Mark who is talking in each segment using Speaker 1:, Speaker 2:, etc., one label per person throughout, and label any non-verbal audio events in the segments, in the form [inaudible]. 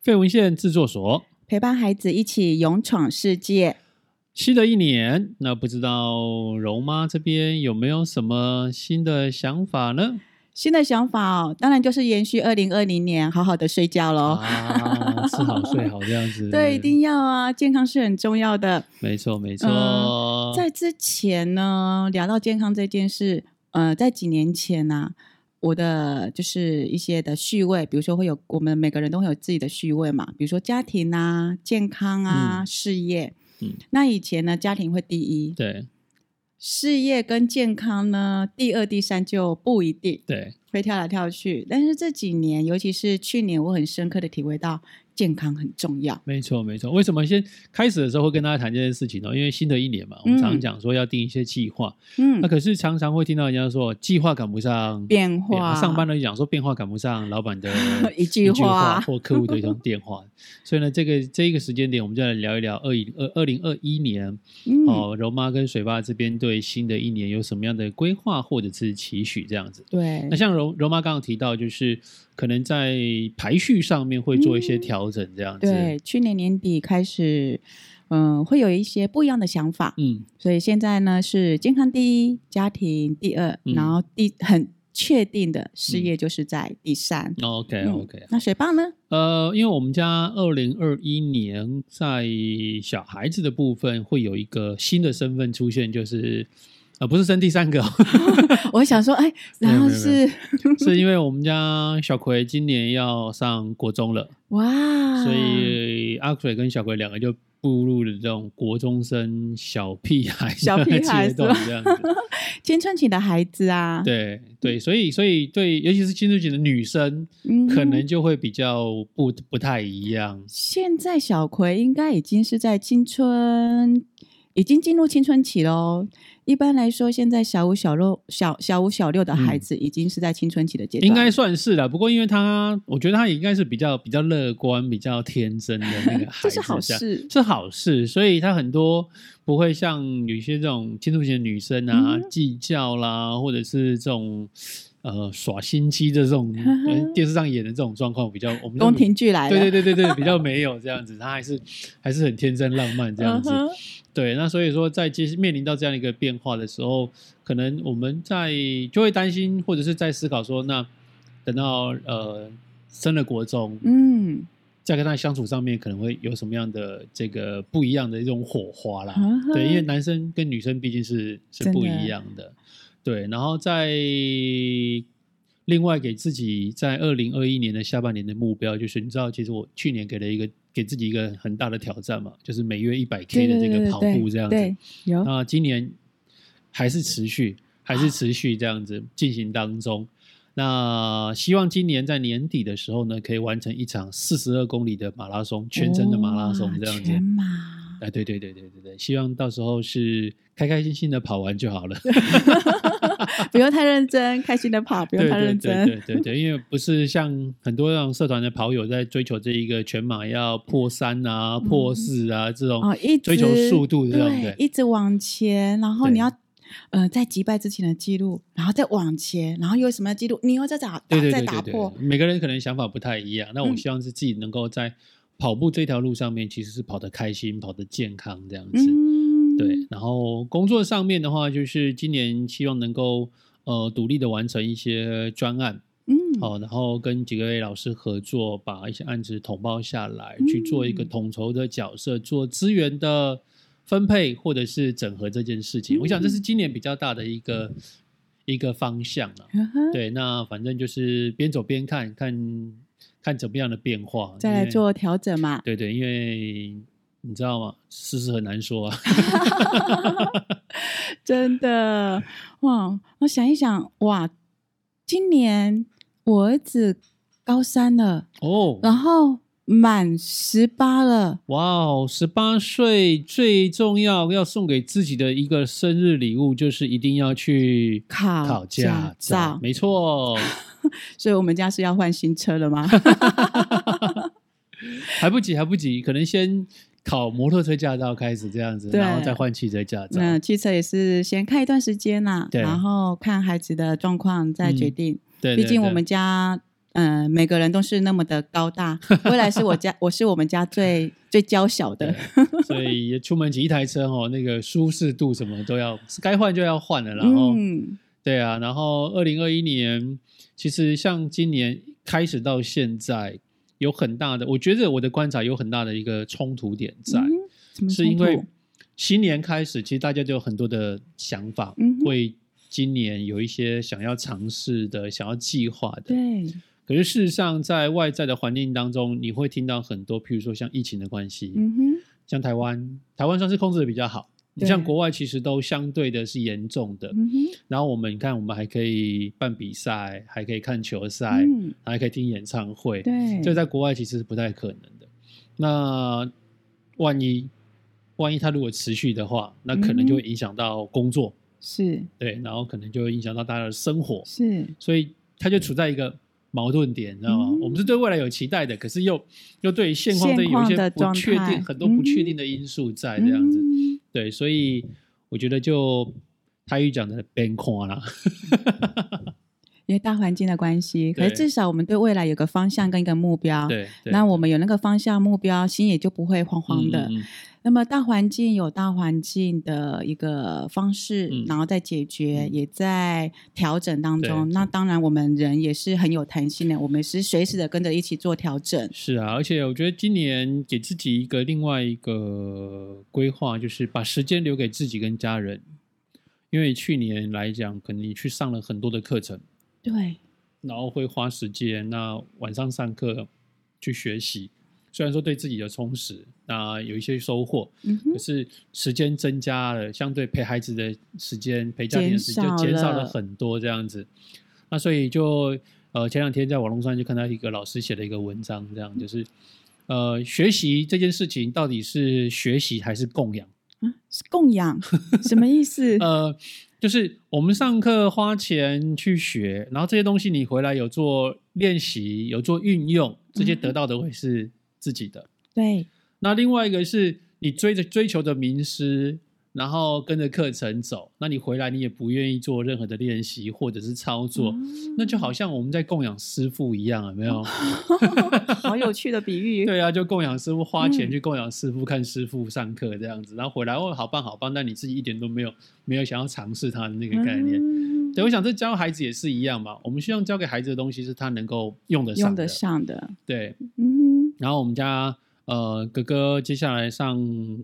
Speaker 1: 费文献制作所。
Speaker 2: 陪伴孩子一起勇闯世界。
Speaker 1: 新的一年，那不知道柔妈这边有没有什么新的想法呢？
Speaker 2: 新的想法哦，当然就是延续二零二零年，好好的睡觉喽。
Speaker 1: 啊，吃好睡好这样子。
Speaker 2: 哦对，一定要啊，健康是很重要的。
Speaker 1: 没错没错、啊
Speaker 2: 嗯在之前呢，聊到健康这件事，呃，在几年前呢、我的就是一些的序位，比如说会有我们每个人都会有自己的序位嘛，比如说家庭啊、健康啊、
Speaker 1: 嗯
Speaker 2: 事业。
Speaker 1: 嗯
Speaker 2: 那以前呢，家庭会第一，
Speaker 1: 对
Speaker 2: 事业跟健康呢，第二、第三就不一定。
Speaker 1: 对，
Speaker 2: 会跳来跳去。但是这几年，尤其是去年，我很深刻的体会到健康很重要。
Speaker 1: 没错没错。为什么先开始的时候会跟大家谈这件事情呢？因为新的一年嘛，我们
Speaker 2: 嗯
Speaker 1: 常讲说要定一些计划，
Speaker 2: 嗯
Speaker 1: 那、，可是常常会听到人家说计划赶不上
Speaker 2: 变
Speaker 1: 对
Speaker 2: 化
Speaker 1: 上班的讲说变化赶不上老板的
Speaker 2: [laughs] 一句话
Speaker 1: 或客户的一通电话，所以呢，这个这一个时间点，我们就来聊一聊二一二二零二一年、
Speaker 2: 嗯，
Speaker 1: 哦，柔妈跟水爸这边对新的一年有什么样的规划或者是期许这样子。
Speaker 2: 对
Speaker 1: 那，像柔柔妈刚刚提到，就是可能在排序上面会做一些调整这样子。
Speaker 2: 嗯对，去年年底开始，嗯、会有一些不一样的想法。
Speaker 1: 嗯，
Speaker 2: 所以现在呢是健康第一，家庭第二，
Speaker 1: 嗯
Speaker 2: 然后第很确定的事业就是在第三。
Speaker 1: OK
Speaker 2: 嗯
Speaker 1: OK，、
Speaker 2: 那水棒呢？ [laughs]
Speaker 1: 呃，因为我们家二零二一年在小孩子的部分会有一个新的身份出现，就是呃，不是生第三个哦， [laughs]
Speaker 2: 我想说，哎，
Speaker 1: 没有
Speaker 2: 然后
Speaker 1: 没有没
Speaker 2: 是 [laughs]
Speaker 1: 是因为我们家小葵今年要上国中了，
Speaker 2: 哇，
Speaker 1: 所以阿水跟小葵两个就步入了这种国中生小屁孩
Speaker 2: 小屁孩
Speaker 1: 的阶
Speaker 2: 是
Speaker 1: 段
Speaker 2: 吧
Speaker 1: 这样子。
Speaker 2: [laughs]
Speaker 1: [laughs]
Speaker 2: 青春期的孩子啊，，
Speaker 1: 对对，所以所以对，尤其是青春期的女生，
Speaker 2: 嗯
Speaker 1: 可能就会比较不不太一样。
Speaker 2: 现在小葵应该已经是在青春，已经进入青春期喽。一般来说，现在小五、小六、小小五、小六的孩子已经是在青春期的阶段，
Speaker 1: 嗯应该算是啦，不过因为她，我觉得她也应该是比较比较乐观、比较天真的那个孩
Speaker 2: 这
Speaker 1: 子，
Speaker 2: 是好，事。
Speaker 1: 是好事。所以她很多不会像有一些这种青春期的女生啊、
Speaker 2: 嗯
Speaker 1: 计较啦，或者是这种呃耍心机的这
Speaker 2: [laughs]
Speaker 1: 种、呃电视上演的这种状况，比较我们
Speaker 2: 宫廷剧来了，
Speaker 1: 对对对对对，比较没有这样子，她还是还是很天真浪漫这样子。
Speaker 2: [laughs] 嗯哼
Speaker 1: 对，那所以说，在接面临到这样一个变化的时候，可能我们在就会担心，或者是在思考说，那等到呃升了国中，
Speaker 2: 嗯，
Speaker 1: 在跟他相处上面，可能会有什么样的这个不一样的一种火花啦？
Speaker 2: 嗯哼
Speaker 1: 对，因为男生跟女生毕竟是是
Speaker 2: 真的
Speaker 1: 不一样的。对，然后在另外给自己在二零二一年的下半年的目标，就是你知道，其实我去年给了一个给自己一个很大的挑战嘛，就是每月一百 K
Speaker 2: 对
Speaker 1: 的
Speaker 2: 对
Speaker 1: 这
Speaker 2: 对
Speaker 1: 个
Speaker 2: 对
Speaker 1: 跑
Speaker 2: 对
Speaker 1: 步这样子。
Speaker 2: 对，
Speaker 1: [laughs]
Speaker 2: 有
Speaker 1: 那今年还是持续，还是持续这样子进行当中。那希望今年在年底的时候呢，可以完成一场四十二公里的马拉松，全程的马拉松
Speaker 2: 哇
Speaker 1: 这样子。
Speaker 2: 全马，
Speaker 1: 哎，对对对对对对，希望到时候是开开心心的跑完就好了。
Speaker 2: 不用太认真，开心的跑，不用
Speaker 1: 对
Speaker 2: 太
Speaker 1: 对
Speaker 2: 认
Speaker 1: 对对
Speaker 2: 真，
Speaker 1: 对对，因为不是像很多那种社团的跑友在追求这一个全马要破三啊、破四啊这种
Speaker 2: 哦，一
Speaker 1: 追
Speaker 2: 直
Speaker 1: 求速度这种对，
Speaker 2: 对一直往前，然后
Speaker 1: 对
Speaker 2: 你要呃在击败之前的记录，然后再往前，然后有什么记录，你又再打打
Speaker 1: 对对
Speaker 2: 再
Speaker 1: 对
Speaker 2: 打
Speaker 1: 对对
Speaker 2: 破，，
Speaker 1: 每个人可能想法不太一样。那我
Speaker 2: 嗯
Speaker 1: 希望是自己能够在跑步这条路上面，其实是跑得开心、跑得健康这样子。
Speaker 2: 嗯，
Speaker 1: 对，然后工作上面的话，就是今年希望能够呃独立的完成一些专案，
Speaker 2: 嗯，
Speaker 1: 好、然后跟几位老师合作，把一些案子统包下来，去做一个
Speaker 2: 嗯
Speaker 1: 统筹的角色，做资源的分配或者是整合这件事
Speaker 2: 嗯
Speaker 1: 情。我想这是今年比较大的一个一个方向啊。
Speaker 2: 呵呵，
Speaker 1: 对，那反正就是边走边看看看怎么样的变化，
Speaker 2: 再
Speaker 1: 因
Speaker 2: 来
Speaker 1: 为。
Speaker 2: 做调整嘛，
Speaker 1: 对对，因为你知道吗？世事很难说
Speaker 2: [laughs]
Speaker 1: 啊。
Speaker 2: 真的哇！我想一想，哇，今年我儿子高三了，
Speaker 1: 哦，
Speaker 2: 然后满十八了，
Speaker 1: 哇哦，十八岁最重要要送给自己的一个生日礼物，就是一定要去
Speaker 2: 考
Speaker 1: 考驾
Speaker 2: 驾
Speaker 1: 照
Speaker 2: 照，
Speaker 1: 没错。
Speaker 2: 所以我们家是要换新车了吗？
Speaker 1: 还不急，还不急，可能先考摩托车驾照开始这样子，
Speaker 2: 对
Speaker 1: 然后再换汽车驾照。
Speaker 2: 那汽车也是先开一段时间啦、
Speaker 1: 对嗯
Speaker 2: 然后看孩子的状况再决定。
Speaker 1: 对，
Speaker 2: 毕
Speaker 1: 对
Speaker 2: 竟我
Speaker 1: 对
Speaker 2: 们家嗯、呃，每个人都是那么的
Speaker 1: [laughs]
Speaker 2: 高大，未来是我家，我是我们家最最娇小的。 [laughs]
Speaker 1: 所以也出门骑一台车哦，那个舒适度什么都要，该换就要换了啦，然后、
Speaker 2: 嗯，
Speaker 1: 对啊，然后二零二一年，其实像今年开始到现在，有很大的，我觉得我的观察有很大的一个冲突点在，
Speaker 2: 嗯什么
Speaker 1: 是因
Speaker 2: 冲
Speaker 1: 为
Speaker 2: 突
Speaker 1: 新年开始，其实大家就有很多的想法，
Speaker 2: 嗯哼
Speaker 1: 为今年有一些想要尝试的、想要计划的。
Speaker 2: 对，
Speaker 1: 可是事实上，在外在的环境当中，你会听到很多，譬如说像疫情的关系，
Speaker 2: 嗯哼，
Speaker 1: 像台湾，台湾算是控制的比较好。你
Speaker 2: 对
Speaker 1: 像国外其实都相对的是严重的，
Speaker 2: 嗯哼，
Speaker 1: 然后我们你看，我们还可以办比赛，还可以看球赛，
Speaker 2: 嗯，
Speaker 1: 还可以听演唱会，
Speaker 2: 对，
Speaker 1: 这在国外其实是不太可能的。那万一万一它如果持续的话，那可能就
Speaker 2: 嗯
Speaker 1: 会影响到工作，
Speaker 2: 是
Speaker 1: 对，然后可能就会影响到大家的生活，
Speaker 2: 是，
Speaker 1: 所以它就处在一个矛盾点，你知道吗？
Speaker 2: 嗯
Speaker 1: 我们是对未来有期待的，可是又又对于现况这
Speaker 2: 现
Speaker 1: 有一
Speaker 2: 况
Speaker 1: 些
Speaker 2: 的
Speaker 1: 不确
Speaker 2: 状态
Speaker 1: 定，很多不确
Speaker 2: 嗯
Speaker 1: 定的因素在这样子，
Speaker 2: 嗯
Speaker 1: 对，所以我觉得就台语讲的边框啦，
Speaker 2: 因为大环境的关系，可是
Speaker 1: 对
Speaker 2: 至少我们对未来有个方向跟一个目标。
Speaker 1: 对，对
Speaker 2: 那我们有那个方向目标，心也就不会慌慌的。
Speaker 1: 嗯嗯嗯
Speaker 2: 那么大环境有大环境的一个方式，
Speaker 1: 嗯
Speaker 2: 然后再解决，
Speaker 1: 嗯
Speaker 2: 也在调整当中。
Speaker 1: 对
Speaker 2: 那当然，我们人也是很有弹性的，我们是随时的跟着一起做调整。
Speaker 1: 是啊，而且我觉得今年给自己一个另外一个规划，就是把时间留给自己跟家人。因为去年来讲，可能你去上了很多的课程，
Speaker 2: 对，
Speaker 1: 然后会花时间，那晚上上课去学习，虽然说对自己有充实，那有一些收获，
Speaker 2: 嗯哼
Speaker 1: 可，是时间增加了，相对陪孩子的时间、陪家庭的时间就
Speaker 2: 减少了
Speaker 1: 减少了很多，这样子。那所以就呃，前两天在网络上就看到一个老师写了一个文章，这样就是呃，学习这件事情到底是学习还是供养？
Speaker 2: 啊是供养什么意思？
Speaker 1: 呃，就是我们上课花钱去学，然后这些东西你回来有做练习，有做运用，这
Speaker 2: 嗯
Speaker 1: 些得到的会是自己的。
Speaker 2: 对，
Speaker 1: 那另外一个是你追着追求的名师，然后跟着课程走，那你回来你也不愿意做任何的练习或者是操作，
Speaker 2: 嗯
Speaker 1: 那就好像我们在供养师傅一样，有没有？
Speaker 2: 哦好有趣的比喻。
Speaker 1: [laughs] 对啊，就供养师傅花钱
Speaker 2: 嗯
Speaker 1: 去供养师傅，看师傅上课这样子，然后回来哦，好棒好棒，但你自己一点都没有没有想要尝试他的那个概念。
Speaker 2: 嗯
Speaker 1: 对，我想这教孩子也是一样嘛。我们希望教给孩子的东西是他能够用得上
Speaker 2: 用
Speaker 1: 的。
Speaker 2: 得上的，
Speaker 1: 对，
Speaker 2: 嗯
Speaker 1: 然后我们家呃哥哥接下来上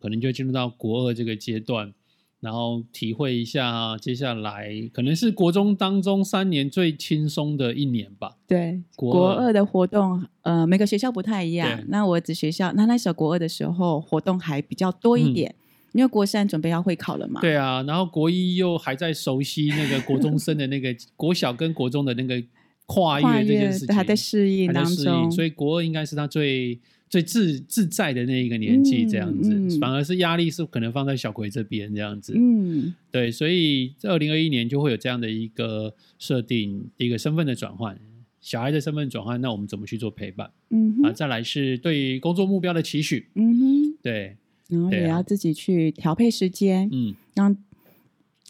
Speaker 1: 可能就进入到国二这个阶段，然后体会一下接下来可能是国中当中三年最轻松的一年吧。
Speaker 2: 哼，对。
Speaker 1: 国
Speaker 2: 国
Speaker 1: 二
Speaker 2: 二的活动，呃，每个学校不太一样
Speaker 1: 对。
Speaker 2: 那我子学校，那那时候国二的时候，活动还比较多一点，因为国三准备要会考了嘛。
Speaker 1: 嗯对啊，然后国一又还在熟悉那个国中生的那个 [laughs] 国小跟国中的那个跨
Speaker 2: 跨
Speaker 1: 越这
Speaker 2: 越
Speaker 1: 件事情，
Speaker 2: 还在适应
Speaker 1: 还在
Speaker 2: 当
Speaker 1: 适
Speaker 2: 中，
Speaker 1: 应，所以国二应该是他最最自自在的那一个年纪，这样子，
Speaker 2: 嗯嗯
Speaker 1: 反而是压力是可能放在小葵这边这样子，
Speaker 2: 嗯，
Speaker 1: 对，所以二零二一年就会有这样的一个设定，一个身份的转换，小孩的身份转换，那我们怎么去做陪伴、
Speaker 2: 嗯
Speaker 1: 啊？
Speaker 2: 哼，
Speaker 1: 再来是对于工作目标的期许，
Speaker 2: 嗯
Speaker 1: 对，
Speaker 2: 哼，然后
Speaker 1: 对啊
Speaker 2: 也要自己去调配时间，
Speaker 1: 嗯，
Speaker 2: 让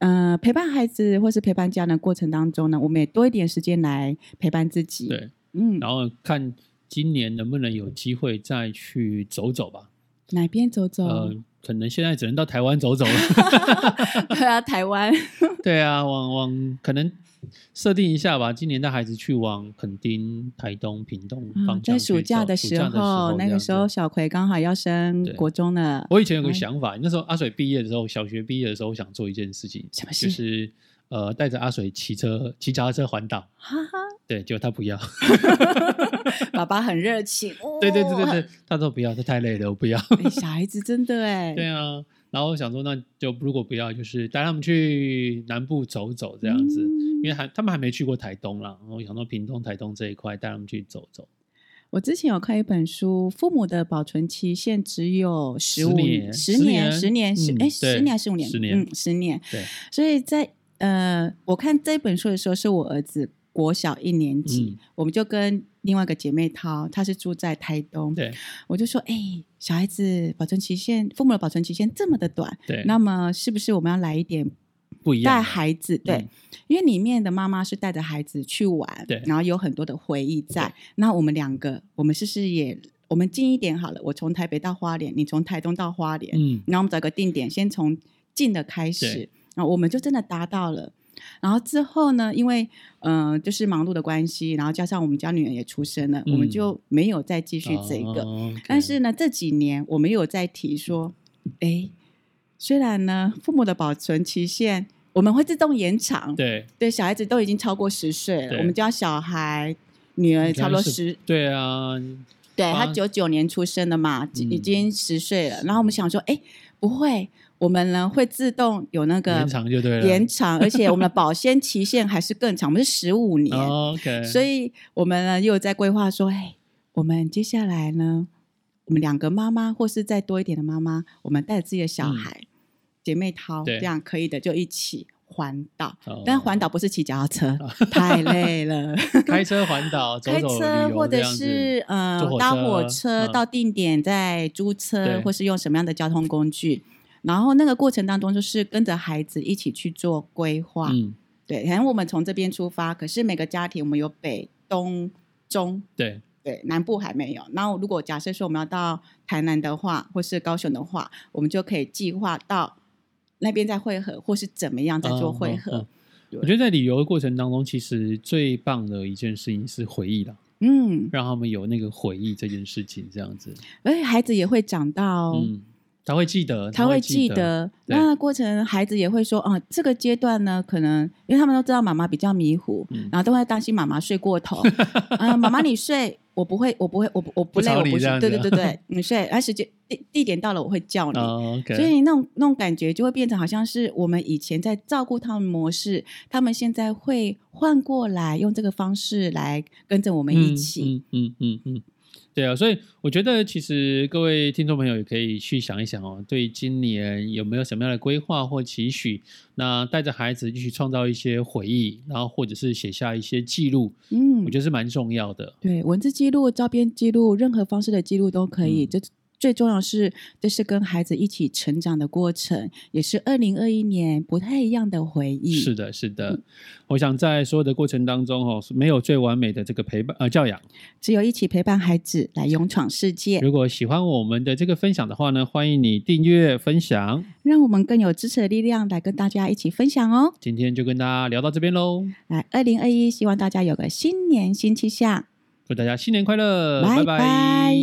Speaker 2: 呃陪伴孩子或是陪伴家人的过程当中呢，我们也多一点时间来陪伴自己。，
Speaker 1: 对，
Speaker 2: 嗯，
Speaker 1: 然后看今年能不能有机会再去走走吧，
Speaker 2: 哪边走走？ [laughs]
Speaker 1: 呃，可能现在只能到台湾走走了。 [laughs]
Speaker 2: 对啊，台湾， [laughs]
Speaker 1: 对啊，往往可能设定一下吧，今年带孩子去往垦丁、台东、屏东方向、
Speaker 2: 嗯 [laughs] 在暑假的时候，那个时，候
Speaker 1: 这样子
Speaker 2: 小葵刚好要升
Speaker 1: 对
Speaker 2: 国中了。
Speaker 1: 我以前有个想法，那时候阿水毕业的时候，小学毕业的时候，我想做一件事情，
Speaker 2: 什么
Speaker 1: 就
Speaker 2: 事
Speaker 1: 是呃带着阿水骑车骑脚踏车环岛，
Speaker 2: 哈哈，
Speaker 1: 对，结果他不
Speaker 2: [laughs]
Speaker 1: 要，
Speaker 2: 爸爸很热情。
Speaker 1: [laughs] 对对对
Speaker 2: [laughs]
Speaker 1: 对对，他说不要，他太累了，我不要，
Speaker 2: 对，小孩子真的哎，
Speaker 1: 对啊。然后我想说，那就如果不要，就是带他们去南部走走这样子，
Speaker 2: 嗯
Speaker 1: 因为还他们还没去过台东啦。然后我想说，屏东、台东这一块带他们去走走。
Speaker 2: 我之前有看一本书，父母的保存期限只有十五
Speaker 1: 年
Speaker 2: 十
Speaker 1: 10
Speaker 2: 年、
Speaker 1: 年
Speaker 2: 十年、十
Speaker 1: 嗯
Speaker 2: 哎
Speaker 1: 对
Speaker 2: 十年还是十五年？
Speaker 1: 10年
Speaker 2: 嗯，十年。
Speaker 1: 对，
Speaker 2: 所以在呃，我看这本书的时候，是我儿子国小一年
Speaker 1: 嗯
Speaker 2: 级，我们就跟另外一个姐妹淘，她是住在台东，
Speaker 1: 对
Speaker 2: 我就说，哎、小孩子保存期限，父母的保存期限这么的短，
Speaker 1: 对，
Speaker 2: 那么是不是我们要来一点
Speaker 1: 不一样啊
Speaker 2: 带
Speaker 1: 的
Speaker 2: 孩子，对，
Speaker 1: 嗯
Speaker 2: 因为里面的妈妈是带着孩子去玩，
Speaker 1: 对
Speaker 2: 然后有很多的回忆在。那我们两个，我们试试也，我们近一点好了，我从台北到花莲，你从台东到花莲，
Speaker 1: 嗯，
Speaker 2: 然后我们找个定点，先从近的开
Speaker 1: 对
Speaker 2: 始，然后我们就真的达到了。然后之后呢，因为呃，就是忙碌的关系，然后加上我们家女儿也出生了，我们
Speaker 1: 嗯
Speaker 2: 就没有再继续这个。
Speaker 1: 哦，OK
Speaker 2: 但是呢，这几年我们有在提说，
Speaker 1: 嗯
Speaker 2: 哎，虽然呢，父母的保存期限我们会自动延长，
Speaker 1: 对
Speaker 2: 对，小孩子都已经超过十岁了，
Speaker 1: 对
Speaker 2: 我们家小孩女儿差不多十，
Speaker 1: 对啊，
Speaker 2: 对她
Speaker 1: 八
Speaker 2: 九九年出生的嘛，
Speaker 1: 嗯
Speaker 2: 已经十岁了。然后我们想说，哎，不会，我们呢会自动有那个
Speaker 1: 延长就对了，
Speaker 2: 延长，而且我们的保鲜期限还是更长，我们是十五年。
Speaker 1: 哦 OK，
Speaker 2: 所以我们呢又有在规划说，哎，我们接下来呢，我们两个妈妈或是再多一点的妈妈，我们带着自己的小孩、姐妹淘，
Speaker 1: 嗯对
Speaker 2: 这样可以的，就一起环岛。
Speaker 1: 哦
Speaker 2: 但环岛不是骑脚踏车，太累了。
Speaker 1: [laughs] 开车环岛，走
Speaker 2: 开
Speaker 1: 走
Speaker 2: 车
Speaker 1: 旅游
Speaker 2: 或
Speaker 1: 这
Speaker 2: 者
Speaker 1: 样子
Speaker 2: 是呃
Speaker 1: 坐火
Speaker 2: 搭
Speaker 1: 车
Speaker 2: 火车
Speaker 1: 嗯
Speaker 2: 到定点再租车
Speaker 1: 对，
Speaker 2: 或是用什么样的交通工具。然后那个过程当中，就是跟着孩子一起去做规划，
Speaker 1: 嗯，
Speaker 2: 对，然后我们从这边出发，可是每个家庭我们有北、东、中，
Speaker 1: 对，
Speaker 2: 对，南部还没有。然后如果假设说我们要到台南的话，或是高雄的话，我们就可以计划到那边再汇合，或是怎么样再做
Speaker 1: 嗯
Speaker 2: 汇
Speaker 1: 嗯
Speaker 2: 合
Speaker 1: 嗯。我觉得在旅游的过程当中，其实最棒的一件事情是回忆啦，
Speaker 2: 嗯，
Speaker 1: 让他们有那个回忆这件事情，这样子，
Speaker 2: 而且孩子也会长大哦。
Speaker 1: 嗯，他会记得，
Speaker 2: 他会
Speaker 1: 记
Speaker 2: 记得，
Speaker 1: 对
Speaker 2: 那过程孩子也会说，啊，这个阶段呢，可能因为他们都知道妈妈比较迷糊，
Speaker 1: 嗯
Speaker 2: 然后都会担心妈妈睡过
Speaker 1: [laughs]
Speaker 2: 头，啊，妈妈你睡，我不会，我不会，我不我不
Speaker 1: 不
Speaker 2: 累，
Speaker 1: 吵
Speaker 2: 我
Speaker 1: 你
Speaker 2: 不
Speaker 1: 这样
Speaker 2: 睡，对
Speaker 1: 子
Speaker 2: 对对
Speaker 1: [laughs]
Speaker 2: 对，你睡，而时间地地点到了我会叫你，
Speaker 1: 哦，OK，
Speaker 2: 所以那种那种感觉就会变成好像是我们以前在照顾他们模式，他们现在会换过来用这个方式来跟着我们一起，
Speaker 1: 嗯嗯嗯嗯嗯，对啊，所以我觉得其实各位听众朋友也可以去想一想哦，对今年有没有什么样的规划或期许？那带着孩子一起创造一些回忆，然后或者是写下一些记录，
Speaker 2: 嗯
Speaker 1: 我觉得是蛮重要的。
Speaker 2: 对，文字记录、照片记录，任何方式的记录都可以。
Speaker 1: 嗯
Speaker 2: 这最重要是，这是跟孩子一起成长的过程，也是二零二一年不太一样的回忆。
Speaker 1: 是的，是
Speaker 2: 嗯
Speaker 1: 的，我想在所有的过程当中哦，没有最完美的这个陪伴呃教养。
Speaker 2: 只有一起陪伴孩子来勇闯世界，
Speaker 1: 如果喜欢我们的这个分享的话呢，欢迎你订阅分享。
Speaker 2: 让我们更有支持的力量来跟大家一起分享哦。
Speaker 1: 今天就跟大家聊到这边喽，
Speaker 2: 来，二零二一，希望大家有个新年新气象，
Speaker 1: 呃祝大家新年快乐，拜
Speaker 2: 拜拜